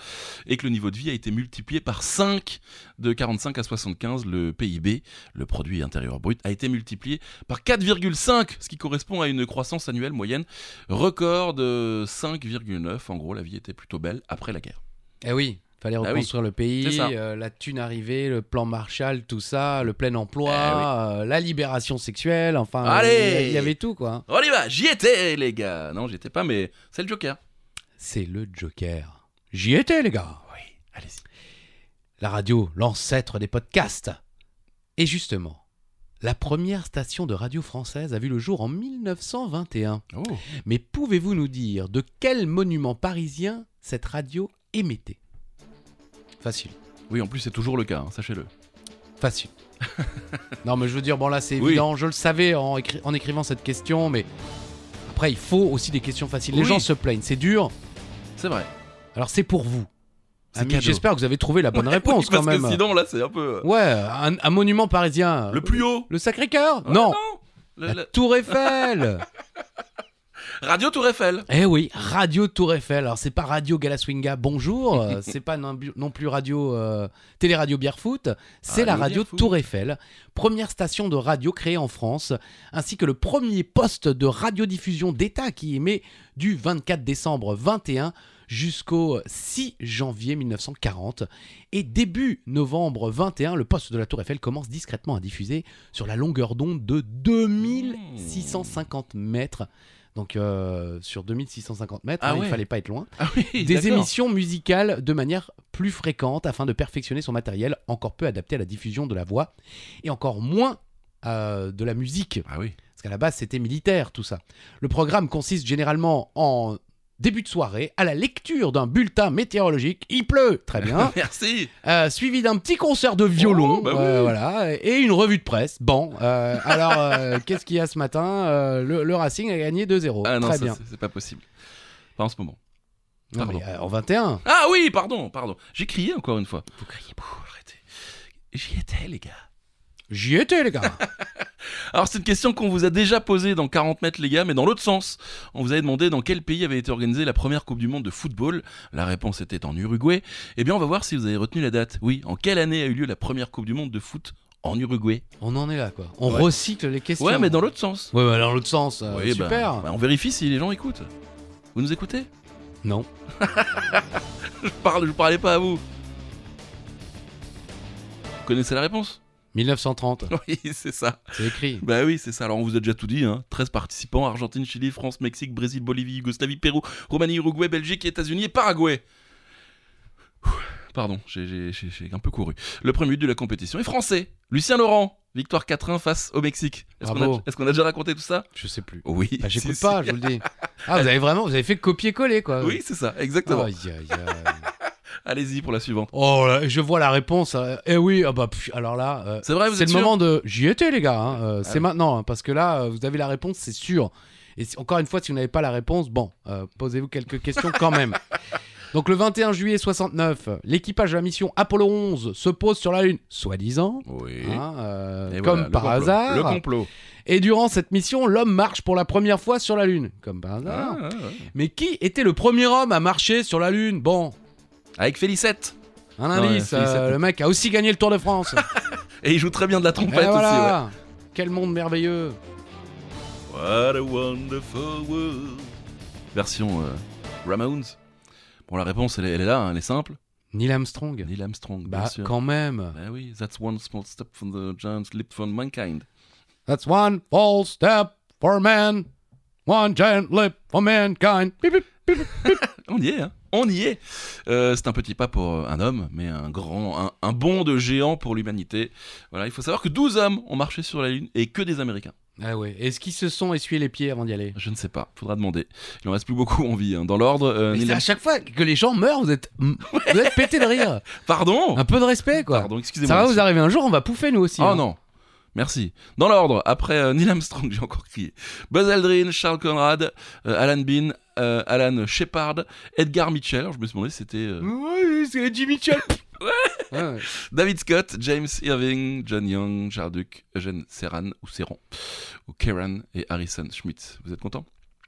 Speaker 1: et que le niveau de vie a été multiplié par 5 de 45 à 75. Le PIB, le produit intérieur brut, a été multiplié par 4,5, ce qui correspond à une croissance annuelle moyenne record de 5,9. En gros, la vie était plutôt belle après la guerre.
Speaker 3: Eh oui, fallait
Speaker 1: oui.
Speaker 3: reconstruire le
Speaker 1: C'est
Speaker 3: pays,
Speaker 1: ça.
Speaker 3: euh, la thune arrivée, le plan Marshall, tout ça, le plein emploi,
Speaker 1: Eh
Speaker 3: euh, la libération sexuelle, enfin,
Speaker 1: Allez
Speaker 3: il y- il y avait tout quoi.
Speaker 1: On y va, Oh, j'y étais, les gars. Non, j'y étais pas, mais c'est le Joker.
Speaker 3: C'est le Joker. J'y étais les gars.
Speaker 1: Oui, allez-y.
Speaker 3: La radio, l'ancêtre des podcasts. Et justement, La première station de radio française a vu le jour en 1921.
Speaker 1: Oh.
Speaker 3: Mais pouvez-vous nous dire de quel monument parisien cette radio émettait Facile,
Speaker 1: Oui, en plus, c'est toujours le cas, hein, sachez-le.
Speaker 3: facile. non, mais je veux dire, bon là c'est
Speaker 1: Oui.
Speaker 3: évident, je le savais en, écri- en écrivant cette question, mais après il faut aussi des questions faciles. Les
Speaker 1: Oui.
Speaker 3: gens se plaignent, c'est dur,
Speaker 1: C'est vrai.
Speaker 3: alors c'est pour vous.
Speaker 1: C'est
Speaker 3: Amis,
Speaker 1: cadeau.
Speaker 3: J'espère que vous avez trouvé la bonne réponse
Speaker 1: Oui,
Speaker 3: quand
Speaker 1: parce
Speaker 3: même.
Speaker 1: que sinon, là, c'est un peu. euh,
Speaker 3: Ouais, un, un monument parisien.
Speaker 1: Le plus haut
Speaker 3: Le Sacré-Cœur
Speaker 1: Ah,
Speaker 3: Non,
Speaker 1: Le-
Speaker 3: la
Speaker 1: le-
Speaker 3: Tour Eiffel
Speaker 1: Radio Tour Eiffel
Speaker 3: Eh oui, Radio Tour Eiffel. Alors c'est pas Radio Galaswinga, bonjour, euh, c'est pas non, bu- non plus Radio euh, Téléradio Bièrefoot, c'est la
Speaker 1: Radio
Speaker 3: radio
Speaker 1: Bièrefoot.
Speaker 3: Tour Eiffel, première station de radio créée en France, ainsi que le premier poste de radiodiffusion d'État qui émet du 24 décembre 21 jusqu'au 6 janvier 1940 et début novembre 21, le poste de la Tour Eiffel commence discrètement à diffuser sur la longueur d'onde de 2650 mètres. Donc euh, sur 2650 mètres,
Speaker 1: Ah
Speaker 3: hein,
Speaker 1: ouais.
Speaker 3: il fallait pas être loin.
Speaker 1: Ah oui,
Speaker 3: Des
Speaker 1: d'accord.
Speaker 3: émissions musicales de manière plus fréquente afin de perfectionner son matériel encore peu adapté à la diffusion de la voix et encore moins euh, de la musique
Speaker 1: Ah oui.
Speaker 3: parce qu'à la base, c'était militaire, tout ça. Le programme consiste généralement en début de soirée à la lecture d'un bulletin météorologique. Il pleut, très bien.
Speaker 1: Merci
Speaker 3: Euh, suivi d'un petit concert de violon,
Speaker 1: Oh, bah
Speaker 3: euh,
Speaker 1: oui.
Speaker 3: voilà, et une revue de presse. Bon, euh, alors, euh, qu'est-ce qu'il y a ce matin Euh, le, le Racing a gagné 2-0.
Speaker 1: Ah non,
Speaker 3: Oh, très
Speaker 1: ça,
Speaker 3: bien.
Speaker 1: c'est- c'est pas possible. Pas en ce moment.
Speaker 3: Non, mais,
Speaker 1: pardon.
Speaker 3: euh, en 21.
Speaker 1: Ah oui, pardon, pardon. J'ai crié encore une fois.
Speaker 3: Vous criez
Speaker 1: Ouh, arrêtez. J'y étais, les gars.
Speaker 3: J'y étais, les gars.
Speaker 1: Alors, c'est une question qu'on vous a déjà posée dans 40 mètres, les gars, mais dans l'autre sens. On vous avait demandé dans quel pays avait été organisée la première Coupe du Monde de football. La réponse était en Uruguay. Eh bien, on va voir si vous avez retenu la date. Oui, en quelle année a eu lieu la première Coupe du Monde de foot en Uruguay
Speaker 3: On en est là, quoi. On
Speaker 1: Ouais.
Speaker 3: recycle les questions.
Speaker 1: Ouais, mais dans l'autre sens.
Speaker 3: Ouais, bah, dans l'autre sens. euh,
Speaker 1: Oui, bah,
Speaker 3: super.
Speaker 1: bah, on vérifie si les gens écoutent. Vous nous écoutez
Speaker 3: Non.
Speaker 1: je, parle, je parlais pas à vous. Vous connaissez la réponse
Speaker 3: 1930,
Speaker 1: Oui, c'est ça.
Speaker 3: c'est écrit.
Speaker 1: Bah oui, c'est ça. Alors on vous a déjà tout dit, hein. 13 participants, Argentine, Chili, France, Mexique, Brésil, Bolivie, Yougoslavie, Pérou, Roumanie, Uruguay, Belgique, États-Unis et Paraguay. Ouh, Pardon, j'ai- j'ai j'ai- j'ai un peu couru. Le premier but de la compétition est français. Lucien Laurent, victoire 4-1 face au Mexique. Est-ce qu'on a,
Speaker 3: Bravo.
Speaker 1: est-ce qu'on a déjà raconté tout ça
Speaker 3: Je sais plus.
Speaker 1: Oui.
Speaker 3: Bah, j'écoute
Speaker 1: si,
Speaker 3: pas, je vous le dis. Ah, vous avez vraiment, vous avez fait copier-coller, quoi.
Speaker 1: si. Oui, c'est ça, exactement.
Speaker 3: Aïe, aïe, aïe.
Speaker 1: Allez-y pour la suivante.
Speaker 3: Oh là, je vois la réponse. euh, Eh oui, ah bah, pff, alors là, euh,
Speaker 1: C'est vrai, vous
Speaker 3: c'est
Speaker 1: êtes
Speaker 3: le
Speaker 1: sûr
Speaker 3: moment de. J'y étais, les gars. hein, euh,
Speaker 1: Ah
Speaker 3: c'est
Speaker 1: oui.
Speaker 3: maintenant, hein, parce que là, euh, vous avez la réponse, c'est sûr. Et si- encore une fois, si vous n'avez pas la réponse, bon, euh, posez-vous quelques questions quand même. Donc le 21 juillet 69, l'équipage de la mission Apollo 11 se pose sur la Lune, soi-disant,
Speaker 1: Oui.
Speaker 3: hein, euh,
Speaker 1: Et
Speaker 3: comme
Speaker 1: voilà, le
Speaker 3: par
Speaker 1: complot.
Speaker 3: hasard.
Speaker 1: Le complot.
Speaker 3: Et durant cette mission, l'homme marche pour la première fois sur la Lune, comme par hasard.
Speaker 1: Ah, ouais, ouais.
Speaker 3: Mais qui était le premier homme à marcher sur la Lune Bon,
Speaker 1: Avec Félicette.
Speaker 3: un
Speaker 1: Non,
Speaker 3: indice,
Speaker 1: ouais, Félicette.
Speaker 3: euh, le mec a aussi gagné le Tour de France.
Speaker 1: Et il joue très bien de la
Speaker 3: Et
Speaker 1: trompette aussi.
Speaker 3: Eh voilà Quel monde merveilleux
Speaker 1: Ouais. What a wonderful world. Version euh, Ramones. Bon, la réponse, elle est, elle est là, hein, elle est simple.
Speaker 3: Neil Armstrong
Speaker 1: Neil Armstrong, bien
Speaker 3: Bah,
Speaker 1: sûr.
Speaker 3: quand même
Speaker 1: Bah oui, that's one small step from the giant leap from mankind.
Speaker 3: That's one false step for man, one giant leap for mankind. Bip, bip.
Speaker 1: On y est, hein On y est Euh, C'est un petit pas pour euh, un homme, mais un grand, un, un bond de géant pour l'humanité. Voilà, il faut savoir que 12 hommes ont marché sur la Lune et que des Américains.
Speaker 3: Ah ouais, est-ce qu'ils se sont essuyés les pieds avant d'y aller
Speaker 1: Je ne sais pas, faudra demander. Il en reste plus beaucoup en vie. hein. Dans l'ordre, euh,
Speaker 3: Mais
Speaker 1: Neil
Speaker 3: c'est à
Speaker 1: Armstrong-
Speaker 3: chaque fois que les gens meurent, vous êtes, vous êtes pété de rire.
Speaker 1: Pardon
Speaker 3: Un peu de respect, quoi.
Speaker 1: Pardon,
Speaker 3: Ah, Ça
Speaker 1: excusez-moi.
Speaker 3: va
Speaker 1: monsieur.
Speaker 3: vous arriver un jour, on va pouffer nous aussi.
Speaker 1: Oh
Speaker 3: hein.
Speaker 1: non. Merci. Dans l'ordre, après euh, Neil Armstrong, j'ai encore crié. Buzz Aldrin, Charles Conrad, euh, Alan Bean, euh, Alan Shepard, Edgar Mitchell. Alors, je me suis demandé si c'était euh,
Speaker 3: Ouais, c'est Jimmy Chal. Ouais, ouais.
Speaker 1: David Scott, James Irving, John Young, Charles Duke, Eugène Serran ou Serran, ou Kieran et Harrison Schmidt. Vous êtes contents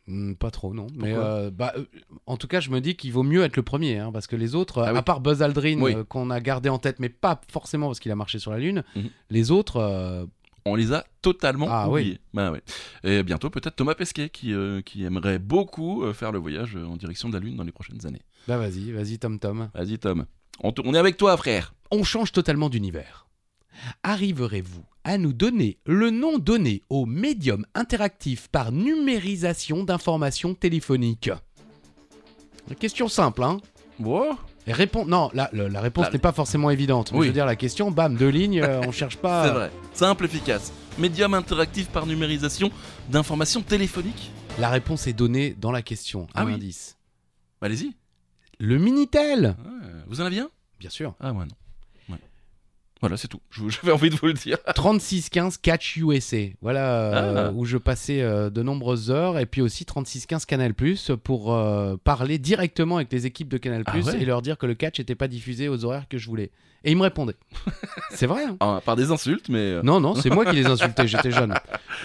Speaker 3: Hmm, pas trop, non. Mais
Speaker 1: Pourquoi
Speaker 3: euh, bah, euh, en tout cas, je me dis qu'il vaut mieux être le premier, hein, parce que les autres, euh,
Speaker 1: Ah oui.
Speaker 3: à part Buzz Aldrin,
Speaker 1: Oui.
Speaker 3: euh, qu'on a gardé en tête, mais pas forcément parce qu'il a marché sur la Lune,
Speaker 1: Mhm.
Speaker 3: les autres, euh,
Speaker 1: On les a totalement
Speaker 3: Ah oui.
Speaker 1: oubliés. Bah ouais. Et bientôt, peut-être Thomas Pesquet qui, euh, qui aimerait beaucoup euh, faire le voyage euh, en direction de la Lune dans les prochaines années.
Speaker 3: bah vas-y, vas-y, Tom Tom.
Speaker 1: Vas-y, Tom. On te- on est avec toi, frère.
Speaker 3: On change totalement d'univers. Arriverez-vous à nous donner le nom donné au médium interactif par numérisation d'informations téléphoniques Question simple, hein
Speaker 1: Wow.
Speaker 3: Et répond... Non, la, la- la réponse
Speaker 1: Là,
Speaker 3: n'est pas forcément évidente. mais
Speaker 1: Oui.
Speaker 3: Je veux dire, la question, bam, deux lignes, euh, on cherche pas.
Speaker 1: C'est vrai. Simple, efficace. Médium interactif par numérisation d'informations téléphoniques.
Speaker 3: La réponse est donnée dans la question.
Speaker 1: Ah
Speaker 3: un
Speaker 1: oui.
Speaker 3: indice.
Speaker 1: Allez-y.
Speaker 3: Le Minitel
Speaker 1: Ouais. Vous en avez un
Speaker 3: Bien sûr.
Speaker 1: Ah, moi non. Ouais. Voilà, c'est tout. Je- J'avais envie de vous le dire.
Speaker 3: 3615 Catch USA. Voilà euh,
Speaker 1: Ah.
Speaker 3: où je passais euh, de nombreuses heures. Et puis aussi 3615 Canal Plus pour euh, parler directement avec les équipes de Canal
Speaker 1: Ah
Speaker 3: Plus
Speaker 1: ouais.
Speaker 3: et leur dire que le catch n'était pas diffusé aux horaires que je voulais. Et ils me répondaient. c'est vrai. hein.
Speaker 1: Ah, par des insultes, mais. euh,
Speaker 3: Non, non, c'est moi qui les insultais, j'étais jeune.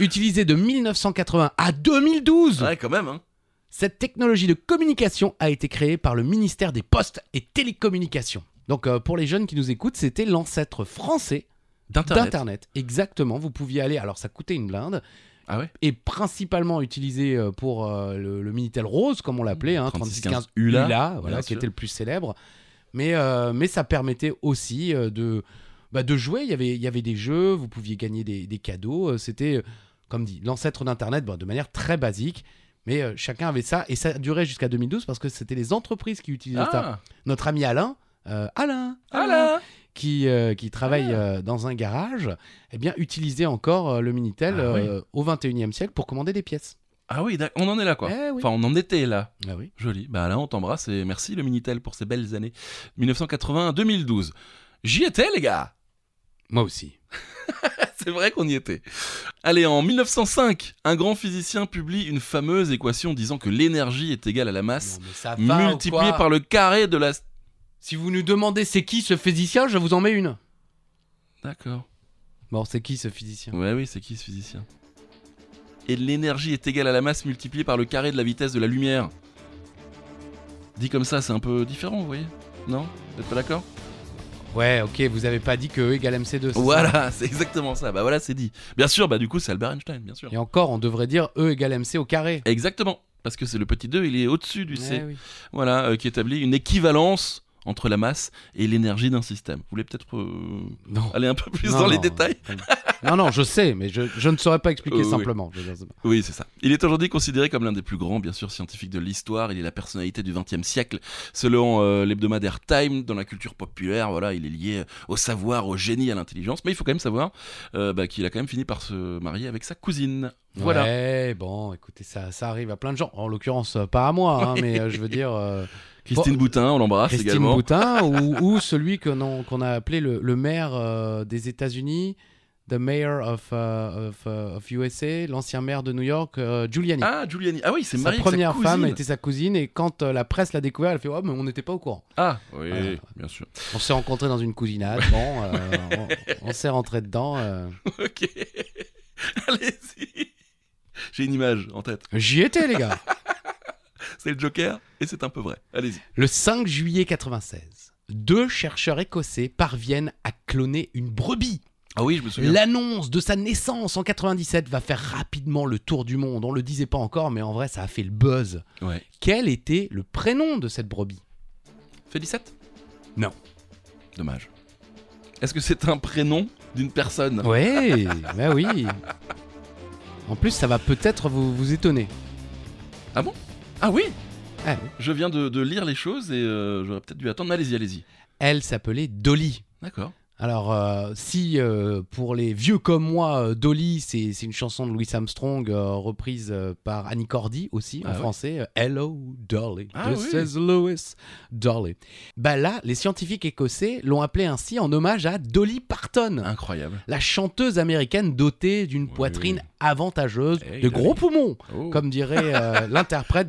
Speaker 3: Utilisée de 1980 à 2012,
Speaker 1: Ouais, quand même. Hein.
Speaker 3: cette technologie de communication a été créée par le ministère des Postes et Télécommunications. Donc euh, pour les jeunes qui nous écoutent, c'était l'ancêtre français
Speaker 1: D'internet.
Speaker 3: d'Internet. Exactement, vous pouviez aller, alors ça coûtait une blinde,
Speaker 1: Ah ouais
Speaker 3: et principalement utilisé euh, pour euh, le, le Minitel Rose, comme on l'appelait, hein,
Speaker 1: 3615
Speaker 3: 3615
Speaker 1: ULA,
Speaker 3: ULA, voilà,
Speaker 1: bien
Speaker 3: qui
Speaker 1: sûr.
Speaker 3: était le plus célèbre. Mais, euh, mais ça permettait aussi euh, de, bah, de jouer. Il y, avait, il y avait des jeux, vous pouviez gagner des, des cadeaux. euh, C'était, euh, comme dit, l'ancêtre d'Internet bon, de manière très basique. Mais euh, chacun avait ça. Et ça durait jusqu'à 2012 parce que c'était les entreprises qui utilisaient ça.
Speaker 1: Ah,
Speaker 3: Notre ami Alain. euh, Alain,
Speaker 1: ah là
Speaker 3: qui, euh, qui travaille euh, dans un garage, eh bien, utilisait encore euh, le Minitel
Speaker 1: Ah
Speaker 3: euh, au 21e siècle pour commander des pièces.
Speaker 1: Ah oui, d'ac- on en est là, quoi.
Speaker 3: Eh oui.
Speaker 1: Enfin, on en était là.
Speaker 3: Ah oui.
Speaker 1: Joli. Bah là, on t'embrasse et merci le Minitel pour ces belles années 1980 à 2012. J'y étais, les gars
Speaker 3: Moi aussi.
Speaker 1: C'est vrai qu'on y était. Allez, en 1905, un grand physicien publie une fameuse équation disant que l'énergie est égale à la masse
Speaker 3: mais ça
Speaker 1: multipliée par le carré de la...
Speaker 3: Si vous nous demandez c'est qui ce physicien, je vous en mets une.
Speaker 1: D'accord.
Speaker 3: Bon, c'est qui ce physicien
Speaker 1: Ouais, oui, c'est qui ce physicien Et l'énergie est égale à la masse multipliée par le carré de la vitesse de la lumière. Dit comme ça, c'est un peu différent, vous voyez Non Vous êtes pas d'accord
Speaker 3: Ouais, ok, vous avez pas dit que E égale MC2. c'est ça
Speaker 1: Voilà, c'est exactement ça. Bah voilà, c'est dit. Bien sûr, bah du coup, c'est Albert Einstein, bien sûr.
Speaker 3: Et encore, on devrait dire E égale MC au carré.
Speaker 1: Exactement, parce que c'est le petit 2, il est au-dessus du C.
Speaker 3: Eh oui.
Speaker 1: Voilà, euh, qui établit une équivalence entre la masse et l'énergie d'un système. Vous voulez peut-être euh,
Speaker 3: Non.
Speaker 1: aller un peu plus
Speaker 3: Non,
Speaker 1: dans les
Speaker 3: non,
Speaker 1: détails
Speaker 3: Non, non, je sais, mais je, je ne saurais pas expliquer
Speaker 1: Euh, oui.
Speaker 3: simplement. Je veux dire, c'est-
Speaker 1: Oui, c'est ça. Il est aujourd'hui considéré comme l'un des plus grands, bien sûr, scientifiques de l'histoire. Il est la personnalité du XXe siècle, selon euh, l'hebdomadaire Time, dans la culture populaire. Voilà, il est lié au savoir, au génie, à l'intelligence. Mais il faut quand même savoir euh, bah, qu'il a quand même fini par se marier avec sa cousine. Voilà.
Speaker 3: Ouais, bon, écoutez, ça, ça arrive à plein de gens. En l'occurrence, euh, pas à moi, hein, mais euh, je veux dire. euh,
Speaker 1: Christine Boutin, on l'embrasse
Speaker 3: Christine
Speaker 1: également.
Speaker 3: Boutin ou, ou celui que non- qu'on a appelé le, le maire euh, des États-Unis, the mayor of, euh, of, euh, of USA, l'ancien maire de New York, euh, Giuliani.
Speaker 1: Ah, Giuliani. Ah oui, c'est
Speaker 3: sa
Speaker 1: marié avec
Speaker 3: première
Speaker 1: cousine.
Speaker 3: femme était sa cousine et quand euh, la presse l'a découvert, elle fait oh mais on n'était pas au courant.
Speaker 1: Ah, oui,
Speaker 3: Voilà.
Speaker 1: bien sûr.
Speaker 3: On s'est rencontrés dans une cousinade, bon, euh, on, on s'est rentré dedans. euh.
Speaker 1: Ok. Allez-y. J'ai une image en tête.
Speaker 3: J'y étais les gars.
Speaker 1: C'est le Joker et c'est un peu vrai. Allez-y.
Speaker 3: Le 5 juillet 96, deux chercheurs écossais parviennent à cloner une brebis.
Speaker 1: Ah oui, je me souviens.
Speaker 3: L'annonce de sa naissance en 97 va faire rapidement le tour du monde. On le disait pas encore, mais en vrai, ça a fait le buzz.
Speaker 1: Ouais.
Speaker 3: Quel était le prénom de cette brebis
Speaker 1: Félicette
Speaker 3: Non.
Speaker 1: Dommage. Est-ce que c'est un prénom d'une personne
Speaker 3: Ouais, bah oui. En plus, ça va peut-être vous, vous étonner.
Speaker 1: Ah oui
Speaker 3: Ah oui.
Speaker 1: Je viens de, de lire les choses et euh, j'aurais peut-être dû attendre. Allez-y, allez-y.
Speaker 3: Elle s'appelait Dolly.
Speaker 1: D'accord.
Speaker 3: Alors, euh, si euh, pour les vieux comme moi, euh, Dolly, c'est c'est une chanson de Louis Armstrong euh, reprise euh, par Annie Cordy aussi
Speaker 1: Ah
Speaker 3: en
Speaker 1: ouais.
Speaker 3: français, euh, Hello Dolly,
Speaker 1: Ah
Speaker 3: this
Speaker 1: oui.
Speaker 3: is Louis Dolly. Bah là, les scientifiques écossais l'ont appelée ainsi en hommage à Dolly Parton,
Speaker 1: Incroyable.
Speaker 3: la chanteuse américaine dotée d'une
Speaker 1: Oui.
Speaker 3: poitrine avantageuse,
Speaker 1: Eh,
Speaker 3: de
Speaker 1: Dolly.
Speaker 3: gros poumons,
Speaker 1: Oh.
Speaker 3: comme dirait euh, l'interprète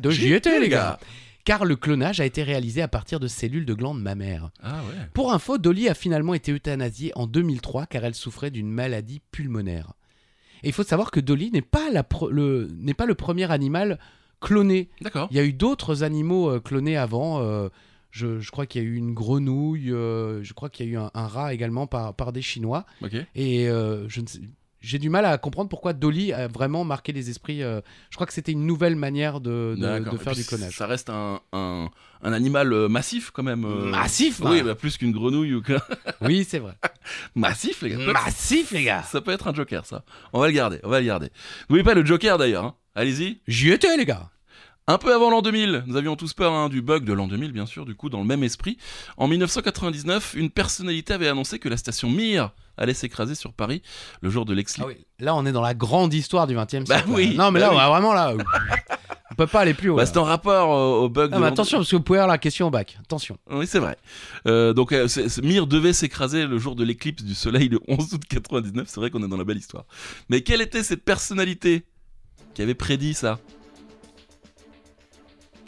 Speaker 3: de J'y étais, les gars. Car le clonage a été réalisé à partir de cellules de glandes mammaires.
Speaker 1: Ah ouais.
Speaker 3: Pour info, Dolly a finalement été euthanasiée en 2003 car elle souffrait d'une maladie pulmonaire. Et il faut savoir que Dolly n'est pas, la pre- le, n'est pas le premier animal cloné.
Speaker 1: D'accord.
Speaker 3: Il y a eu d'autres animaux euh, clonés avant. euh, je, je crois qu'il y a eu une grenouille, euh, je crois qu'il y a eu un, un rat également par, par des Chinois.
Speaker 1: Ok.
Speaker 3: Et euh, je ne sais- J'ai du mal à comprendre pourquoi Dolly a vraiment marqué les esprits. euh, je crois que c'était une nouvelle manière de, de-
Speaker 1: D'accord.
Speaker 3: de
Speaker 1: Et
Speaker 3: faire
Speaker 1: puis,
Speaker 3: du clonage.
Speaker 1: Ça reste un, un, un animal euh, massif quand même. euh.
Speaker 3: Massif,
Speaker 1: Oui,
Speaker 3: hein.
Speaker 1: bah, plus qu'une grenouille ou qu'un.
Speaker 3: oui c'est vrai.
Speaker 1: Massif, les gars. Peut-être-
Speaker 3: Massif, les gars.
Speaker 1: Ah, Ça peut être un joker, ça. On va le garder, on va le garder. N'oubliez pas le joker d'ailleurs. hein. Allez-y.
Speaker 3: J'y étais, E les gars.
Speaker 1: Un peu avant l'an 2000, nous avions tous peur hein, du bug de l'an 2000, bien sûr, du coup, dans le même esprit. En 1999, une personnalité avait annoncé que la station Mir allait s'écraser sur Paris le jour de l'ex
Speaker 3: Ah oui, là on est dans la grande histoire du 20 e siècle.
Speaker 1: Bah oui,
Speaker 3: non mais là
Speaker 1: bah oui.
Speaker 3: on va vraiment là, euh, on peut pas aller plus haut.
Speaker 1: Bah,
Speaker 3: là.
Speaker 1: c'est en rapport euh, au bug
Speaker 3: Ah,
Speaker 1: de
Speaker 3: mais
Speaker 1: l'an
Speaker 3: attention parce que vous pouvez avoir la question au bac. Attention.
Speaker 1: Oui, c'est vrai. Euh, donc, euh, c'est- c'est- Mir devait s'écraser le jour de l'éclipse du soleil le 11 août 99. C'est vrai qu'on est dans la belle histoire. Mais quelle était cette personnalité qui avait prédit ça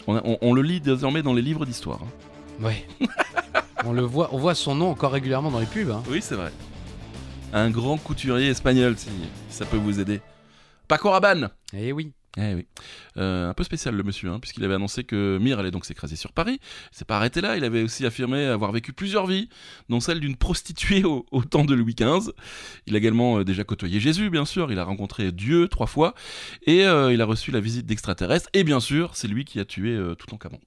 Speaker 1: on, a- on- on le lit désormais dans les livres d'histoire. hein.
Speaker 3: Ouais. on le voit, on voit son nom encore régulièrement dans les pubs. hein.
Speaker 1: Oui, c'est vrai. Un grand couturier espagnol, si ça peut vous aider. Paco Rabanne
Speaker 3: Eh oui.
Speaker 1: Eh oui. Euh, un peu spécial le monsieur, hein, puisqu'il avait annoncé que Mir allait donc s'écraser sur Paris. Il s'est pas arrêté là, il avait aussi affirmé avoir vécu plusieurs vies, dont celle d'une prostituée au, au temps de Louis XV. Il a également euh, déjà côtoyé Jésus, bien sûr, il a rencontré Dieu trois fois, et euh, il a reçu la visite d'extraterrestres, et bien sûr, c'est lui qui a tué euh, Toutankhamon.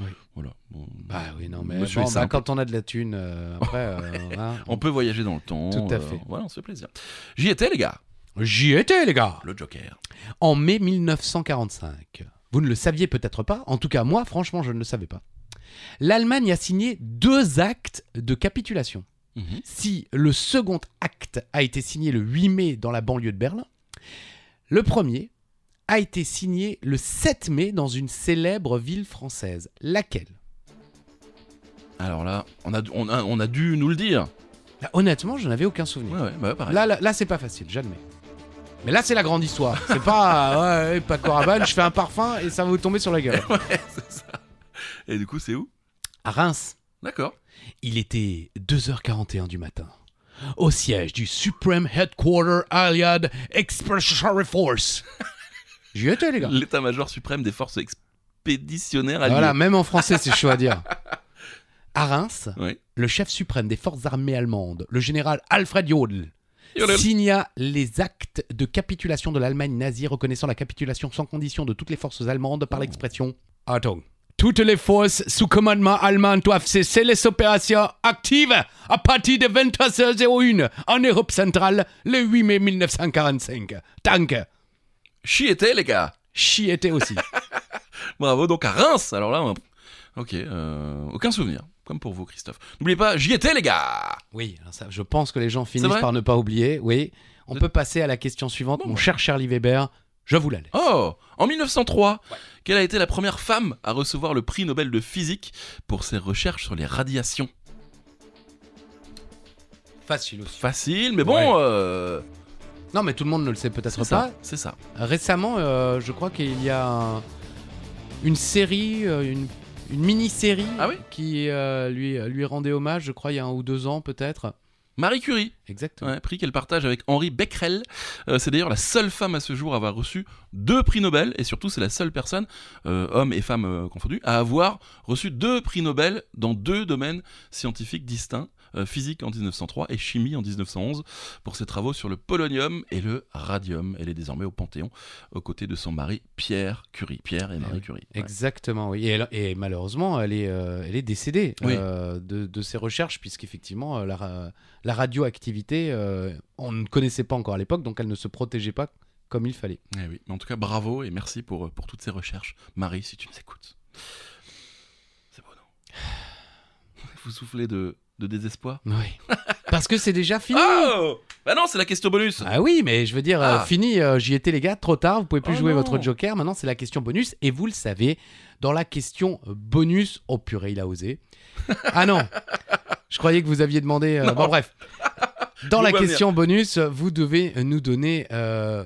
Speaker 3: Oui.
Speaker 1: Voilà. Bon,
Speaker 3: Bah oui non mais
Speaker 1: Monsieur
Speaker 3: bon,
Speaker 1: est
Speaker 3: bah,
Speaker 1: simple.
Speaker 3: quand on a de la thune euh, après. euh, hein,
Speaker 1: On peut voyager dans le temps. euh,
Speaker 3: Tout à fait.
Speaker 1: voilà, on se fait plaisir. J'y étais, les gars.
Speaker 3: J'y étais les gars.
Speaker 1: Le Joker.
Speaker 3: En mai 1945. Vous ne le saviez peut-être pas. En tout cas moi franchement je ne le savais pas. L'Allemagne a signé deux actes de capitulation.
Speaker 1: Mhm.
Speaker 3: si le second acte a été signé le 8 mai dans la banlieue de Berlin, le premier a été signé le 7 mai dans une célèbre ville française. Laquelle
Speaker 1: Alors là, on a, on, a, on a dû nous le dire.
Speaker 3: Là, Honnêtement, je n'avais aucun souvenir.
Speaker 1: Ouais, ouais, bah, pareil.
Speaker 3: Là, là, là, c'est pas facile, j'admets. Mais là, c'est la grande histoire. C'est pas, ouais, ouais, pas Coraban, je fais un parfum et ça va vous tomber sur la gueule.
Speaker 1: Ouais, c'est ça. Et du coup, c'est où
Speaker 3: À Reims,
Speaker 1: D'accord.
Speaker 3: il était 2h41 du matin. Au siège du Supreme Headquarter Allied Expeditionary Force. J'y étais, les gars.
Speaker 1: L'état-major suprême des forces expéditionnaires alliées.
Speaker 3: Voilà, même en français, c'est chaud à dire. À Reims,
Speaker 1: Ouais.
Speaker 3: le chef suprême des forces armées allemandes, le général Alfred Jodl,
Speaker 1: Yodel.
Speaker 3: signa les actes de capitulation de l'Allemagne nazie reconnaissant la capitulation sans condition de toutes les forces allemandes par l'expression Achtung. Toutes les forces sous commandement allemand doivent cesser les opérations actives à partir de 23h01 en Europe centrale le 8 mai 1945. Tank,
Speaker 1: J'y étais, les gars.
Speaker 3: Chi était aussi.
Speaker 1: Bravo, donc à Reims. Alors là, on- ok, euh, aucun souvenir. Comme pour vous, Christophe. N'oubliez pas, j'y étais, les gars.
Speaker 3: Oui, alors ça, je pense que les gens finissent
Speaker 1: vrai
Speaker 3: par ne pas oublier. Oui, on
Speaker 1: De-
Speaker 3: peut passer à la question suivante,
Speaker 1: Bon,
Speaker 3: mon
Speaker 1: bah.
Speaker 3: cher Charlie Weber. Je vous la laisse.
Speaker 1: Oh, en 1903, quelle a été la première femme à recevoir le prix Nobel de physique pour ses recherches sur les radiations
Speaker 3: Facile aussi.
Speaker 1: Facile, mais bon,
Speaker 3: Ouais.
Speaker 1: euh,
Speaker 3: Non, mais tout le monde ne le sait peut-être
Speaker 1: c'est
Speaker 3: pas.
Speaker 1: ça. C'est ça.
Speaker 3: Récemment, euh, je crois qu'il y a un- une série, euh, une, une mini-série
Speaker 1: Ah oui
Speaker 3: qui euh, lui, lui rendait hommage, je crois, il y a un ou deux ans peut-être.
Speaker 1: Marie Curie.
Speaker 3: Exactement.
Speaker 1: Ouais, prix qu'elle partage avec Henri Becquerel. Euh, c'est d'ailleurs la seule femme à ce jour à avoir reçu deux prix Nobel et surtout c'est la seule personne, euh, homme et femme euh, confondus, à avoir reçu deux prix Nobel dans deux domaines scientifiques distincts, euh, physique en 1903 et chimie en 1911, pour ses travaux sur le polonium et le radium. Elle est désormais au Panthéon aux côtés de son mari Pierre Curie. Pierre et Marie
Speaker 3: Eh oui.
Speaker 1: Curie. Ouais.
Speaker 3: Exactement, oui. Et, elle- et malheureusement, elle est, euh, elle est décédée
Speaker 1: Oui.
Speaker 3: euh, de, de ses recherches, puisqu'effectivement, euh, la, ra- la radioactivité, euh, on ne connaissait pas encore à l'époque, donc elle ne se protégeait pas comme il fallait.
Speaker 1: Eh oui. Mais en tout cas, bravo et merci pour, euh, pour toutes ces recherches. Marie, si tu nous écoutes. C'est beau, non Vous soufflez de, de désespoir
Speaker 3: Oui. Parce que c'est déjà fini.
Speaker 1: Oh Bah non, c'est la question bonus
Speaker 3: ah oui, mais je veux dire, euh,
Speaker 1: Ah.
Speaker 3: fini, euh, j'y étais les gars, trop tard, vous pouvez plus
Speaker 1: Oh
Speaker 3: jouer
Speaker 1: non.
Speaker 3: votre joker, maintenant c'est la question bonus, et vous le savez, dans la question bonus, oh purée, il a osé. Ah non, je croyais que vous aviez demandé, euh,
Speaker 1: Non.
Speaker 3: bon bref. Dans
Speaker 1: Je
Speaker 3: la
Speaker 1: vois bien.
Speaker 3: question bonus, vous devez nous donner euh,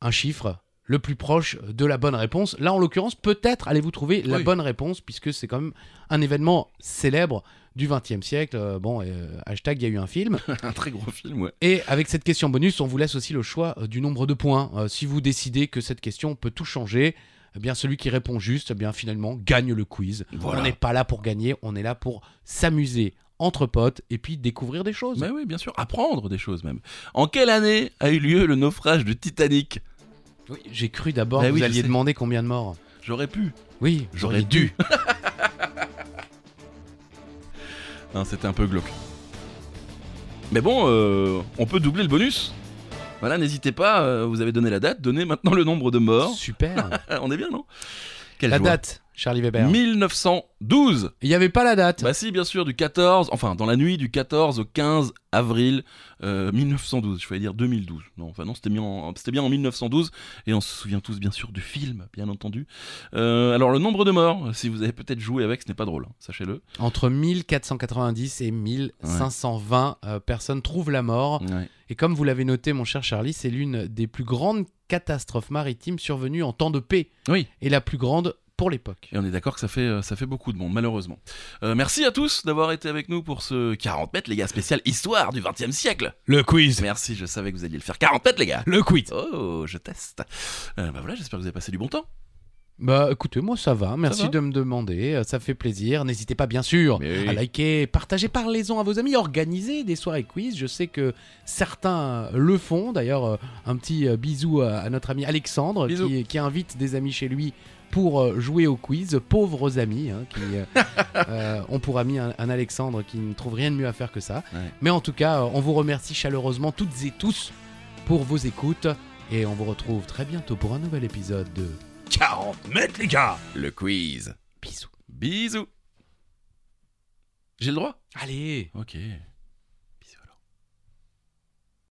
Speaker 3: un chiffre le plus proche de la bonne réponse. Là, en l'occurrence, peut-être allez-vous trouver la
Speaker 1: Oui.
Speaker 3: bonne réponse, puisque c'est quand même un événement célèbre du XXe siècle. Euh, Bon, euh, hashtag, il y a eu un film.
Speaker 1: Un très gros film, ouais.
Speaker 3: Et avec cette question bonus, on vous laisse aussi le choix euh, du nombre de points. Euh, si vous décidez que cette question peut tout changer, eh bien celui qui répond juste, eh bien finalement gagne le quiz.
Speaker 1: Voilà.
Speaker 3: On n'est pas là pour gagner, on est là pour s'amuser entre potes et puis découvrir des choses.
Speaker 1: Mais Bah oui, bien
Speaker 3: Ah.
Speaker 1: sûr, apprendre des choses même. En quelle année a eu lieu le naufrage du Titanic
Speaker 3: Oui, J'ai cru d'abord
Speaker 1: Bah
Speaker 3: que vous
Speaker 1: oui, je
Speaker 3: alliez
Speaker 1: sais.
Speaker 3: demander combien de morts.
Speaker 1: J'aurais pu.
Speaker 3: Oui,
Speaker 1: J'aurais dû. Hein, C'était un peu glauque. Mais bon, euh, on peut doubler le bonus. Voilà, n'hésitez pas, euh, vous avez donné la date, donnez maintenant le nombre de morts.
Speaker 3: Super.
Speaker 1: on est bien, non Quelle
Speaker 3: La
Speaker 1: joie.
Speaker 3: date, Charlie Weber.
Speaker 1: 1912
Speaker 3: Il n'y avait pas la date.
Speaker 1: Bah si, bien sûr, du 14, enfin dans la nuit du 14 au 15 avril euh, 1912, je voulais dire 2012. Non, enfin non, c'était bien, en, c'était bien en 1912, et on se souvient tous bien sûr du film, bien entendu. Euh, alors le nombre de morts, si vous avez peut-être joué avec, ce n'est pas drôle, hein, sachez-le.
Speaker 3: Entre 1490 et 1520 euh, personnes trouvent la mort. Et comme vous l'avez noté, mon cher Charlie, c'est l'une des plus grandes catastrophes maritimes survenues en temps de paix.
Speaker 1: Oui.
Speaker 3: Et la plus grande pour l'époque.
Speaker 1: Et on est d'accord que ça fait, euh, ça fait beaucoup de monde, malheureusement. Euh, merci à tous d'avoir été avec nous pour ce 40 mètres, les gars, spécial histoire du 20 e siècle.
Speaker 2: Le quiz.
Speaker 1: Merci, je savais que vous alliez le faire. 40 mètres, les gars
Speaker 2: Le quiz.
Speaker 1: Oh, je teste. Euh, bah voilà, j'espère que vous avez passé du bon temps.
Speaker 3: Bah écoutez, moi ça va. Merci
Speaker 1: va
Speaker 3: de me demander. euh, Ça fait plaisir. N'hésitez pas, bien sûr,
Speaker 1: Mais oui.
Speaker 3: Oh, à liker, partager, parlez-en à vos amis, organisez des soirées quiz. Je sais que certains euh, le font. D'ailleurs, euh, un petit euh, bisou à, à notre ami Alexandre
Speaker 1: Bisous.
Speaker 3: qui, qui invite des amis chez lui pour euh, jouer au quiz. Pauvres amis hein, qui euh, euh, ont pour ami un, un Alexandre qui ne trouve rien de mieux à faire que ça.
Speaker 1: Ouais.
Speaker 3: Mais en tout cas, euh, on vous remercie chaleureusement toutes et tous pour vos écoutes. Et on vous retrouve très bientôt pour un nouvel épisode de
Speaker 2: 40 mètres, les gars.
Speaker 1: Le quiz.
Speaker 3: Bisous.
Speaker 1: Bisous. J'ai le droit
Speaker 3: Allez
Speaker 1: Ok.